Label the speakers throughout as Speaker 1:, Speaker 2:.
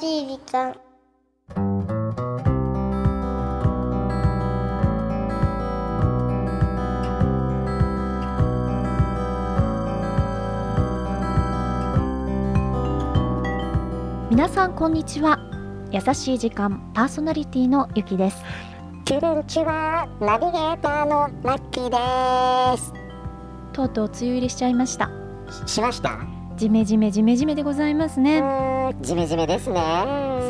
Speaker 1: しい時間
Speaker 2: 皆さんこんにちは優しい時間パーソナリティのゆきです
Speaker 3: キレンチはナビゲーターのラッキーです
Speaker 2: とうとう梅雨入りしちゃいました
Speaker 3: ししました
Speaker 2: ジメジメジメジメでございます
Speaker 3: う
Speaker 2: ね、
Speaker 3: ーんジメジメですね
Speaker 2: そ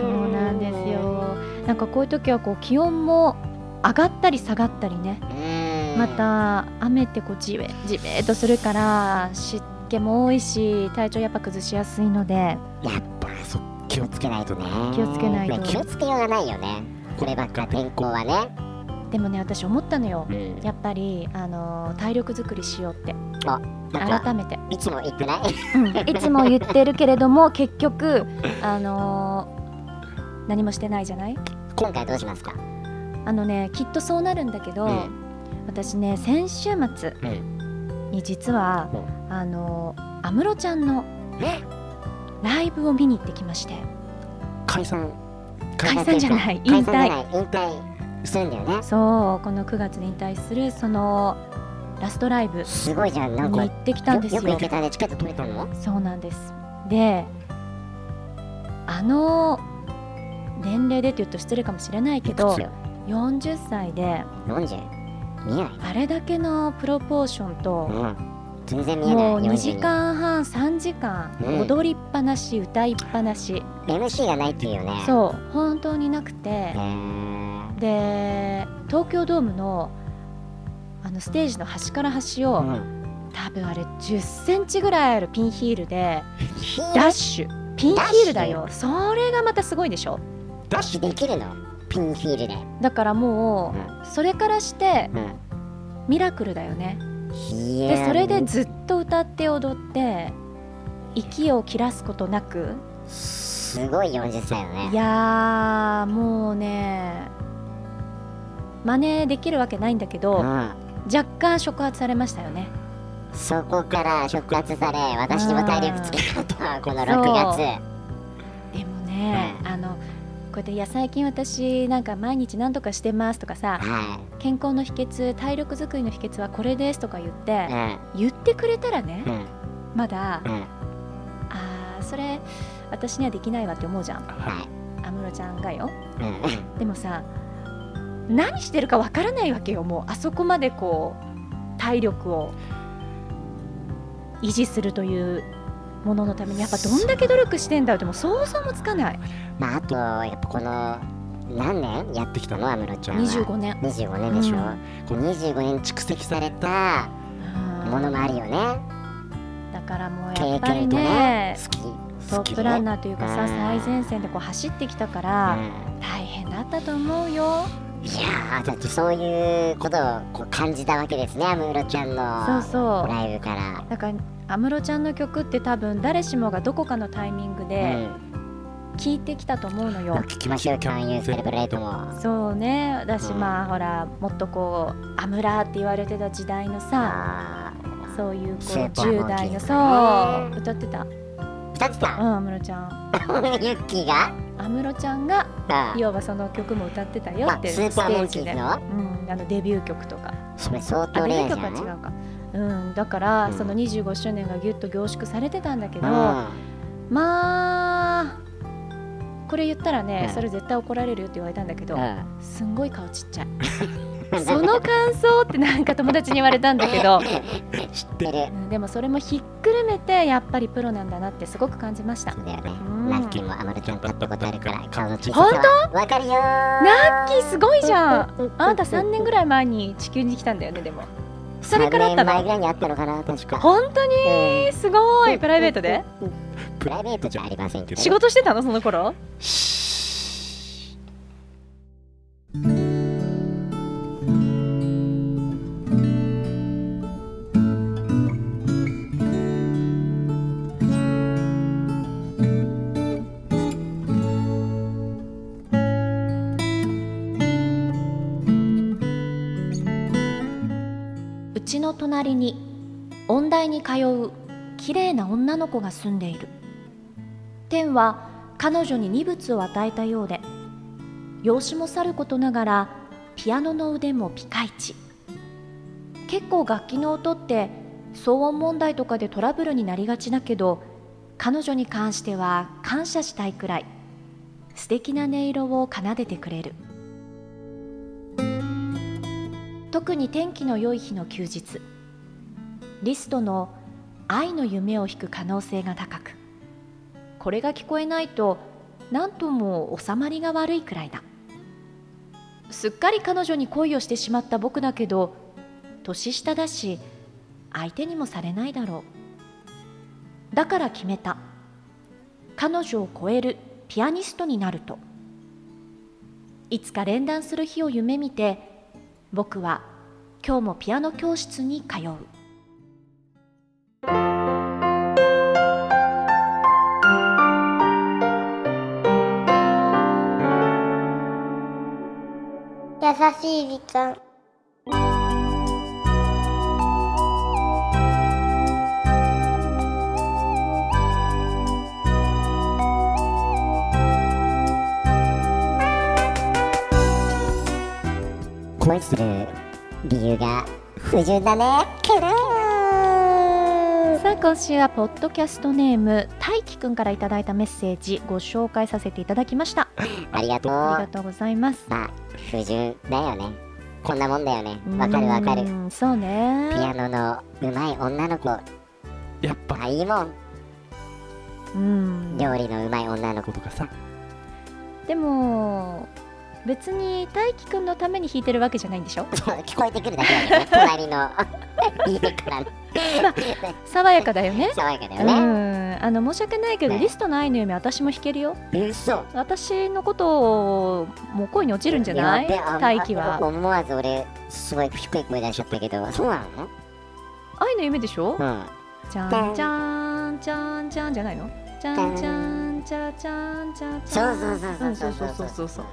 Speaker 2: うなんですよなんかこういう時はこう気温も上がったり下がったりね
Speaker 3: うーん
Speaker 2: また雨ってこうじめじめっとするから湿気も多いし体調やっぱ崩しやすいので
Speaker 3: やっぱそ気をつけないとね
Speaker 2: 気をつけないと
Speaker 3: や気をつけようがないよねこればっか天候はね、
Speaker 2: でもね私思ったのよ
Speaker 3: うん、
Speaker 2: やっぱりあのー体力作りしようって
Speaker 3: なんか
Speaker 2: 改めて、
Speaker 3: いつも言ってない
Speaker 2: うんいつも言ってるけれど も結局あのー何もしてないじゃない
Speaker 3: 今回どうしますか
Speaker 2: あのねきっとそうなるんだけど、
Speaker 3: うん
Speaker 2: 私ね先週末
Speaker 3: うん
Speaker 2: に実は、
Speaker 3: う
Speaker 2: あの安室ちゃんの
Speaker 3: え
Speaker 2: ライブを見に行ってきまして
Speaker 3: 解散
Speaker 2: 解散じゃない
Speaker 3: 解散じゃない引退するんだよね
Speaker 2: そうこの9月に引退するそのラストライブに
Speaker 3: すごいじゃんなんか
Speaker 2: 行
Speaker 3: よ
Speaker 2: ってきたんです
Speaker 3: よ
Speaker 2: よ
Speaker 3: く行けたねチケット取れたの
Speaker 2: そうなんですであの年齢でって言うと失礼かもしれないけど
Speaker 3: いくつよ
Speaker 2: 40歳で
Speaker 3: 40見えない
Speaker 2: あれだけのプロポーションと、
Speaker 3: うん全然見えない
Speaker 2: もう2
Speaker 3: 42
Speaker 2: 時間半3時間、
Speaker 3: うん
Speaker 2: 踊りっぱなし歌いっぱなし、
Speaker 3: MC がないっていうよねう
Speaker 2: そう本当になくて
Speaker 3: へ、ー
Speaker 2: で東京ドームのあのステージの端から端を、
Speaker 3: うん
Speaker 2: 多分あれ1 0ンチぐらいあるピンヒールで
Speaker 3: ヒール
Speaker 2: ダッシュピンヒールだよそれがまたすごいでしょ
Speaker 3: ダッシュできるのピンヒールで、
Speaker 2: だからも
Speaker 3: う
Speaker 2: うそれからして
Speaker 3: う
Speaker 2: ミラクルだよね
Speaker 3: ん、いや
Speaker 2: で
Speaker 3: ー
Speaker 2: それでずっと歌って踊って息を切らすことなく
Speaker 3: すごい40歳よね
Speaker 2: いやーもうね真似できるわけないんだけど
Speaker 3: うん、
Speaker 2: 若干触発されましたよね
Speaker 3: そこから触発され私も体力つけなかったこの6月
Speaker 2: でもね
Speaker 3: うん
Speaker 2: あのこうやって「いや最近私なんか毎日何とかしてます」とかさ
Speaker 3: は
Speaker 2: 「健康の秘訣体力づくりの秘訣はこれです」とか言って
Speaker 3: い
Speaker 2: 言ってくれたらね
Speaker 3: うんうん
Speaker 2: まだ
Speaker 3: うん
Speaker 2: 「あーそれ私にはできないわ」って思うじゃん
Speaker 3: はい
Speaker 2: 安室ちゃんがよ
Speaker 3: うん
Speaker 2: でもさ何してるかわからないわけよもうあそこまでこう体力を維持するというもののためにやっぱどんだけ努力してんだろうってもう想像もつかない
Speaker 3: まああとやっぱこの何年やってきたの安室ちゃんは
Speaker 2: 25年
Speaker 3: 25年でしょ、
Speaker 2: うん
Speaker 3: こう25年蓄積されたものもあるよね
Speaker 2: だからもうや
Speaker 3: 経
Speaker 2: っぱり
Speaker 3: 験と
Speaker 2: ね
Speaker 3: ね好き
Speaker 2: ト
Speaker 3: 好
Speaker 2: ッ
Speaker 3: き
Speaker 2: プ
Speaker 3: ね
Speaker 2: ランナーというかさ
Speaker 3: うん
Speaker 2: 最前線でこう走ってきたから大変だったと思うよ
Speaker 3: いやーだってそういうことをこう感じたわけですね安室ちゃん
Speaker 2: そう
Speaker 3: の
Speaker 2: そう
Speaker 3: ライブから。
Speaker 2: だから安室ちゃんの曲って多分誰しもがどこかのタイミングで聴いてきたと思うのよ、
Speaker 3: うん、聞きましょう勧誘セレブレートも。
Speaker 2: そうね私
Speaker 3: うん
Speaker 2: まあほらもっとこうアムラーって言われてた時代のさ
Speaker 3: あー
Speaker 2: そういうこう
Speaker 3: スーパーモンキー
Speaker 2: 10代の
Speaker 3: ズ
Speaker 2: そう歌ってたうん
Speaker 3: 二 つだ
Speaker 2: 安室ちゃん
Speaker 3: ユッキーが
Speaker 2: 安室ちゃんが
Speaker 3: あ
Speaker 2: 要はその曲も歌ってたよ
Speaker 3: あ
Speaker 2: って
Speaker 3: ス
Speaker 2: ステ
Speaker 3: ーパーモン
Speaker 2: ー
Speaker 3: キ
Speaker 2: ジ
Speaker 3: ー
Speaker 2: で、
Speaker 3: ズ
Speaker 2: う
Speaker 3: の
Speaker 2: ん、あのデビュー曲とか
Speaker 3: それ相
Speaker 2: あ
Speaker 3: 当
Speaker 2: デビ
Speaker 3: レ
Speaker 2: ュー
Speaker 3: アじゃ
Speaker 2: 曲
Speaker 3: な
Speaker 2: はい違うかうんだから
Speaker 3: うん
Speaker 2: その25周年がぎゅっと凝縮されてたんだけど
Speaker 3: うん
Speaker 2: まあこれ言ったらね
Speaker 3: うん
Speaker 2: それ絶対怒られるよって言われたんだけど
Speaker 3: うん
Speaker 2: すんごい顔ちっちゃいその感想ってなんか友達に言われたんだけど
Speaker 3: 知ってる。
Speaker 2: うんでもそれもひっくるめてやっぱりプロなんだなってすごく感じました
Speaker 3: そうだよね
Speaker 2: うん
Speaker 3: ラッキーもアマルちゃんと会ったことあるから顔の小さ
Speaker 2: 本
Speaker 3: さはわかるよ
Speaker 2: ラッキーすごいじゃ
Speaker 3: ん
Speaker 2: んあなた3年ぐらい前に地球に来たんだよねでもそれからあった
Speaker 3: 前
Speaker 2: の
Speaker 3: ぐらいに会ったのかな確か
Speaker 2: 本当に
Speaker 3: え
Speaker 2: すごいプライベートで
Speaker 3: ープライベートじゃありませんけど
Speaker 2: 仕事してたのその頃うちの隣に音大に通う綺麗な女の子が住んでいる天は彼女に荷物を与えたようで養子もさることながらピアノの腕もピカイチ結構楽器の音って騒音問題とかでトラブルになりがちだけど彼女に関しては感謝したいくらい素敵な音色を奏でてくれる特に天気の良い日の休日リストの愛の夢を引く可能性が高くこれが聞こえないと何とも収まりが悪いくらいだすっかり彼女に恋をしてしまった僕だけど年下だし相手にもされないだろうだから決めた彼女を超えるピアニストになるといつか連弾する日を夢見て僕は今日もピアノ教室に通う
Speaker 1: 優しい時間
Speaker 3: 恋する理由が不純だねくるーん
Speaker 2: さあ今週はポッドキャストネーム大輝くんからいただいたメッセージご紹介させていただきました
Speaker 3: ありがとう
Speaker 2: ありがとうございます
Speaker 3: まあ不純だよねこんなもんだよねわかるわか
Speaker 2: う
Speaker 3: る
Speaker 2: ーんそうね
Speaker 3: ピアノの上手い女の子あ
Speaker 4: やっぱ
Speaker 3: いいもん
Speaker 2: うん
Speaker 3: 料理の上手い女の子
Speaker 4: ことかさ
Speaker 2: でも別に大輝くんのために弾いてるわけじゃないんでしょ
Speaker 3: そう聞こえてくるだけだよね隣の家からね
Speaker 2: 爽やかだよね
Speaker 3: 爽やかだ
Speaker 2: う
Speaker 3: よね
Speaker 2: んあの申し訳ないけど、
Speaker 3: ね
Speaker 2: リストの愛の夢私も弾けるよ
Speaker 3: うんそう
Speaker 2: 私のことをもう恋に落ちるんじゃない
Speaker 3: やであ
Speaker 2: 大輝は
Speaker 3: 思わず俺すごい低い声出しちゃったけどそうなの
Speaker 2: 愛の夢でしょ
Speaker 3: うん
Speaker 2: じゃんじゃんじゃんじゃんじゃないのじゃんじゃんじゃじゃんじゃじ
Speaker 3: そ
Speaker 2: ゃ
Speaker 3: うんそうそうそう
Speaker 2: うんそうそうそうそう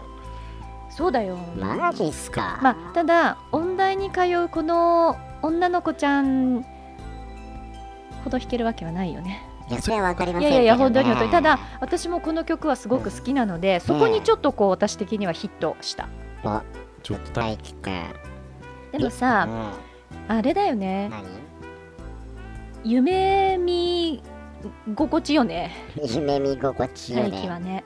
Speaker 2: そうだよ
Speaker 3: マジっすか、
Speaker 2: まあただ音大に通うこの女の子ちゃんほど弾けるわけはないよね
Speaker 3: いやそれはわかりま
Speaker 2: い
Speaker 3: せん
Speaker 2: やい
Speaker 3: けど、
Speaker 2: やいや
Speaker 3: ね、
Speaker 2: 本当に本当にただ私もこの曲はすごく好きなのでそこにちょっとこう私的にはヒットした
Speaker 4: ちょっと
Speaker 3: 大
Speaker 4: 大
Speaker 3: 輝く
Speaker 2: で
Speaker 3: ん
Speaker 2: もさ
Speaker 3: あ、
Speaker 2: あれだよ
Speaker 3: うん、
Speaker 2: ね
Speaker 3: 何
Speaker 2: 夢見心地よね
Speaker 3: 夢見心地よ
Speaker 2: 大輝は
Speaker 3: ね
Speaker 2: ね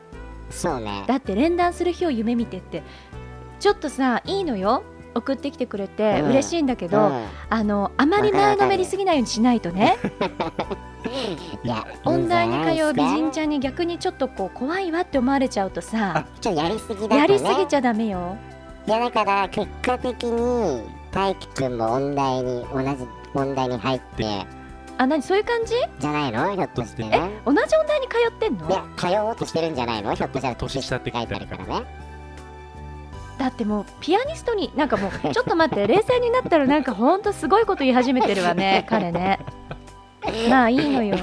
Speaker 3: そうね
Speaker 2: だって連弾する日を夢見てってちょっとさいいのよ送ってきてくれて
Speaker 3: うん
Speaker 2: 嬉しいんだけ
Speaker 3: け
Speaker 2: ど、あのあまり前のめりすぎないようにしないとね
Speaker 3: いや
Speaker 2: 音大に通う美人ち
Speaker 3: ゃん
Speaker 2: ゃんに逆にちょっとこう怖いわって思われちゃうとさ
Speaker 3: ちょっとやりすぎだとね
Speaker 2: やりすぎちゃダメよ
Speaker 3: いやだから結果的に大輝くんも音大に同じ音大に入って
Speaker 2: あ何そういう感じ
Speaker 3: じゃないのひょっとして
Speaker 2: え
Speaker 3: ね
Speaker 2: 同じ音大に通ってんの
Speaker 3: いや通おうとしてるんじゃないのひょっとしたら
Speaker 4: 年下って
Speaker 3: 書
Speaker 4: 書
Speaker 3: い
Speaker 4: い
Speaker 3: て
Speaker 4: て
Speaker 3: あ
Speaker 4: あ
Speaker 3: る
Speaker 4: る
Speaker 3: か
Speaker 4: から
Speaker 3: らね
Speaker 2: だってもうピアニストになんかもう ちょっと待って冷静になったらなんかほんとすごいこと言い始めてるわ ね彼ねまあいいのよ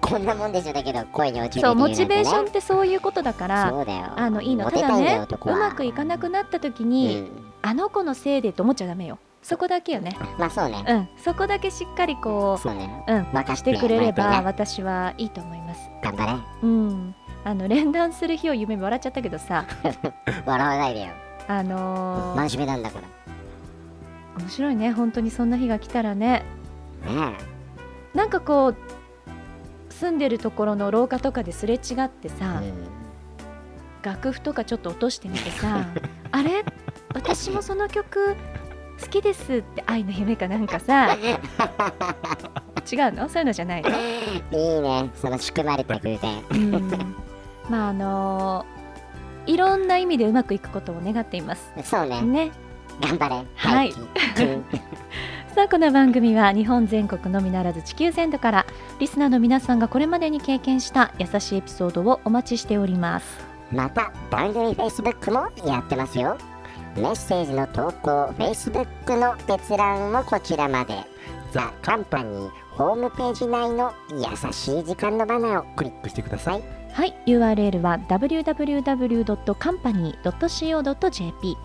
Speaker 3: こんなもんでしょだけど声に落ちる
Speaker 2: そうモチベーション
Speaker 3: ン
Speaker 2: ってそういうことだから
Speaker 3: そうだよ
Speaker 2: あのいいの
Speaker 3: モ
Speaker 2: た
Speaker 3: テ
Speaker 2: だ
Speaker 3: たいんだよ
Speaker 2: ね
Speaker 3: 男
Speaker 2: う
Speaker 3: は
Speaker 2: まくいかなくなった時
Speaker 3: う
Speaker 2: に、
Speaker 3: ん
Speaker 2: あの子のせいでと思っちゃダメよそこだけよね
Speaker 3: まあそうね
Speaker 2: うんそこだけしっかりこ
Speaker 3: そうね
Speaker 2: ううん
Speaker 3: 任
Speaker 2: し
Speaker 3: せ
Speaker 2: てくれれば
Speaker 3: ね
Speaker 2: 私はいいと思います
Speaker 3: 頑張
Speaker 2: うんあの連弾する日を夢見笑っちゃったけど さ
Speaker 3: れ笑わないでよ
Speaker 2: あのー
Speaker 3: 真面目なんだから
Speaker 2: 面白いね本当にそんな日が来たらね
Speaker 3: ね
Speaker 2: なんかこう住んでるところの廊下とかですれ違って
Speaker 3: え
Speaker 2: さ、
Speaker 3: うん
Speaker 2: 楽譜とかちょっと落としてみて さあれ私もその曲好きですって愛の夢かなんか さ違うのそういうのじゃないの、
Speaker 3: いいねその仕組まれた偶然
Speaker 2: うん、まああのーいろんな意味でうまくいくことを願っています
Speaker 3: そうね
Speaker 2: ね
Speaker 3: 頑張れ
Speaker 2: はい
Speaker 3: 大輝くん
Speaker 2: さあこの番組は日本全国のみならず地球全土からリスナーの皆さんがこれまでに経験した優しいエピソードをお待ちしております
Speaker 3: また番組 Facebook もやってますよメッセージの投稿 Facebook の閲覧もこちらまでザ・カンパニーホームページ内の優しい時間のバナーをクリックしてください
Speaker 2: はい、URL は www.company.co.jp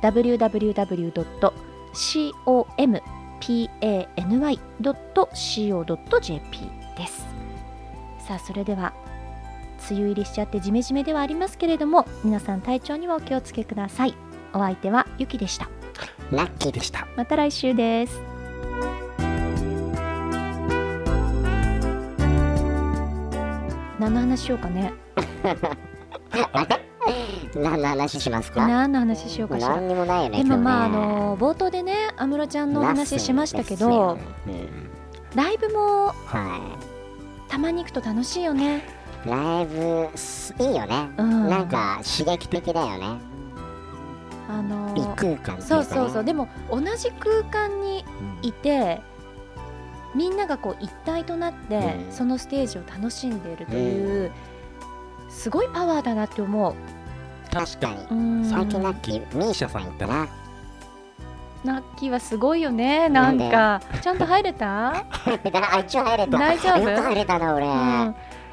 Speaker 2: www.company.co.jp ですさあそれでは梅雨入りしちゃってジメジメではありますけれども皆さん体調にはお気をつけくださいお相手はゆきでした
Speaker 3: ラッキーでした
Speaker 2: また来週です何の話しようかね
Speaker 3: 何の話しますか
Speaker 2: 何の話しようかしら
Speaker 3: 何にもないよね
Speaker 2: でもまああ
Speaker 3: 今日ね
Speaker 2: の冒頭でね安室ちゃんのお話しましたけ
Speaker 3: ナッ
Speaker 2: ど
Speaker 3: シンですようん
Speaker 2: ライブも
Speaker 3: は
Speaker 2: たまに行くと楽しいよね
Speaker 3: いライブすいいよね、
Speaker 2: うん
Speaker 3: なんか刺激的だよね
Speaker 2: あの
Speaker 3: 異空間っていうか、ね、
Speaker 2: そうそうそうでも同じ空間にいてみんながこう一体となって、
Speaker 3: うん
Speaker 2: そのステージを楽しんでいるという、すごいパワーだなって思う
Speaker 3: 確かに
Speaker 2: うん
Speaker 3: 最近ラッキーミーシャさん行ったな
Speaker 2: ナッキーはすごいよねなんかちゃんと入れ た、
Speaker 3: あ一応入れた
Speaker 2: 大丈夫
Speaker 3: よく入れたな俺、
Speaker 2: うん、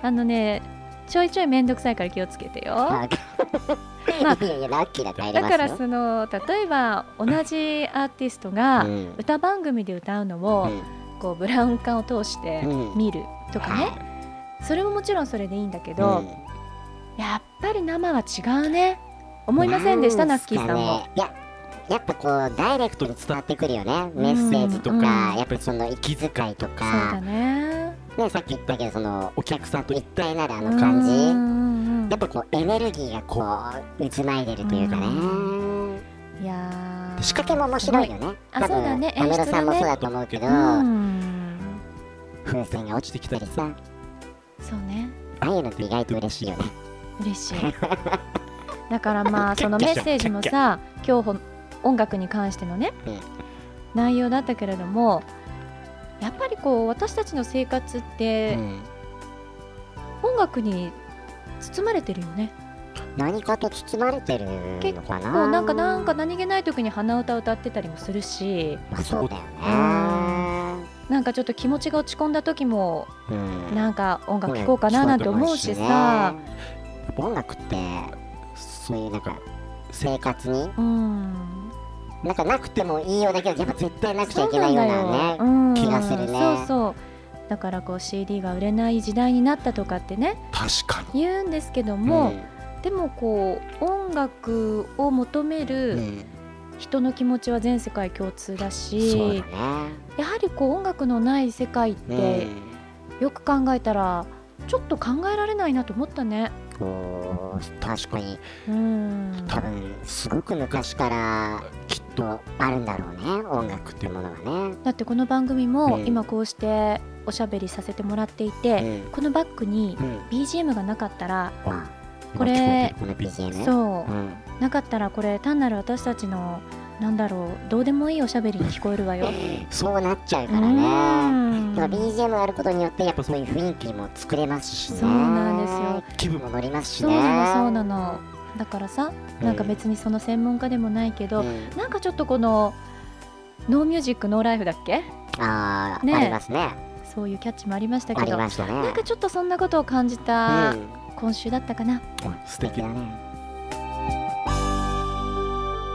Speaker 2: あのねちょいちょいめんどくさいから気をつけてよ、
Speaker 3: あ
Speaker 2: まあ
Speaker 3: いやいやラッキーだから入
Speaker 2: だ
Speaker 3: れま
Speaker 2: か
Speaker 3: す
Speaker 2: ら
Speaker 3: よ
Speaker 2: その例えば同じアーティストが
Speaker 3: うん
Speaker 2: 歌番組で歌うの
Speaker 3: う
Speaker 2: を
Speaker 3: ん
Speaker 2: こうブラウン管を通して
Speaker 3: うん
Speaker 2: 見るとかねそれももちろんそれでいいんだけど、
Speaker 3: うん
Speaker 2: やっぱり生は違うね思いませんでした
Speaker 3: な
Speaker 2: ナ
Speaker 3: す
Speaker 2: ッ
Speaker 3: か
Speaker 2: キー
Speaker 3: ね
Speaker 2: さんも。
Speaker 3: いややっぱこうダイレクトに伝わってくるよね、メッセージとか、
Speaker 2: うん
Speaker 3: やっぱその息遣いと
Speaker 2: そうだ
Speaker 3: か、
Speaker 2: ね
Speaker 3: ね、さっき言ったけどそのお客さんと一体なるあ
Speaker 2: あ
Speaker 3: の感
Speaker 2: じ
Speaker 3: じ、やっぱこうエネルギーがこう渦巻いてるというかね、
Speaker 2: いやー
Speaker 3: で仕掛けも面白いよね
Speaker 2: あそうだね
Speaker 3: 多分
Speaker 2: 演出がね
Speaker 3: 安室さんもそうだと思うけど、
Speaker 2: うん
Speaker 3: 風船が落ちてきたりさ
Speaker 2: そうね
Speaker 3: ああいうのって意外と嬉しいよね
Speaker 2: 嬉しい だからまあそのメッセージもさ今日音楽に関してのね、
Speaker 3: うん
Speaker 2: 内容だったけれどもやっぱりこう私たちの生活って
Speaker 3: うん
Speaker 2: 音楽に包まれてるよね、
Speaker 3: 何かと包まれてるのかな
Speaker 2: もうなんかなんか何気ない時に鼻歌歌ってたりもするし
Speaker 3: まあそうだよね
Speaker 2: なんかちょっと気持ちが落ち込んだ時も
Speaker 3: うん
Speaker 2: なんか音楽聴こうかななんて思うしさ、
Speaker 3: うん音楽ってそういうなんか生活に
Speaker 2: うん、
Speaker 3: なんかなくてもいいようだけどやっぱ絶対なくちゃいけないようなね
Speaker 2: うん
Speaker 3: 気がするね
Speaker 2: そうそうだからこう CD が売れない時代になったとかってね
Speaker 4: 確か
Speaker 2: 言うんですけど
Speaker 3: うん
Speaker 2: も、でもこう音楽を求め
Speaker 3: う
Speaker 2: る
Speaker 3: ん
Speaker 2: 人の気持ちは全世界共通だ
Speaker 3: そう
Speaker 2: し、
Speaker 3: だね
Speaker 2: やはりこう音楽のない世界っ
Speaker 3: う
Speaker 2: て
Speaker 3: ん
Speaker 2: よく考えたらちょっと考えられないなと思ったね。
Speaker 3: こう確かに
Speaker 2: うん
Speaker 3: 多分すごく昔からきっとあるんだろうね音楽っていうものがね
Speaker 2: だってこの番組も
Speaker 3: うん
Speaker 2: 今こうしておしゃべりさせてもらっていて、このバッグに
Speaker 3: うんうん
Speaker 2: BGM がなかったら、
Speaker 3: わ
Speaker 2: これ
Speaker 3: 今聞こえてるこの BGM
Speaker 2: そう
Speaker 3: うん
Speaker 2: なかったらこれ単なる私たちのなんだろうどうでもいいおしゃべりに聞こえるわよ。
Speaker 3: そうなっちゃう
Speaker 2: う
Speaker 3: からね。
Speaker 2: ん
Speaker 3: だから BGM があることによってやっぱそういう雰囲気も作れますしね。
Speaker 2: そうなんですよ。
Speaker 3: 気分も乗りますし
Speaker 2: そ
Speaker 3: ね。
Speaker 2: うなのそうなのだからさなんか別にその専門家でもないけど、
Speaker 3: うん
Speaker 2: なんかちょっとこのノーミュージックノーライフだっけ
Speaker 3: あー
Speaker 2: ね
Speaker 3: ありますね。
Speaker 2: そういうキャッチもありました
Speaker 3: あ
Speaker 2: け
Speaker 3: り
Speaker 2: どな
Speaker 3: ましたね。
Speaker 2: んかちょっとそんなことを感じた
Speaker 3: う
Speaker 2: 今週だったかな、
Speaker 3: ん素敵だね。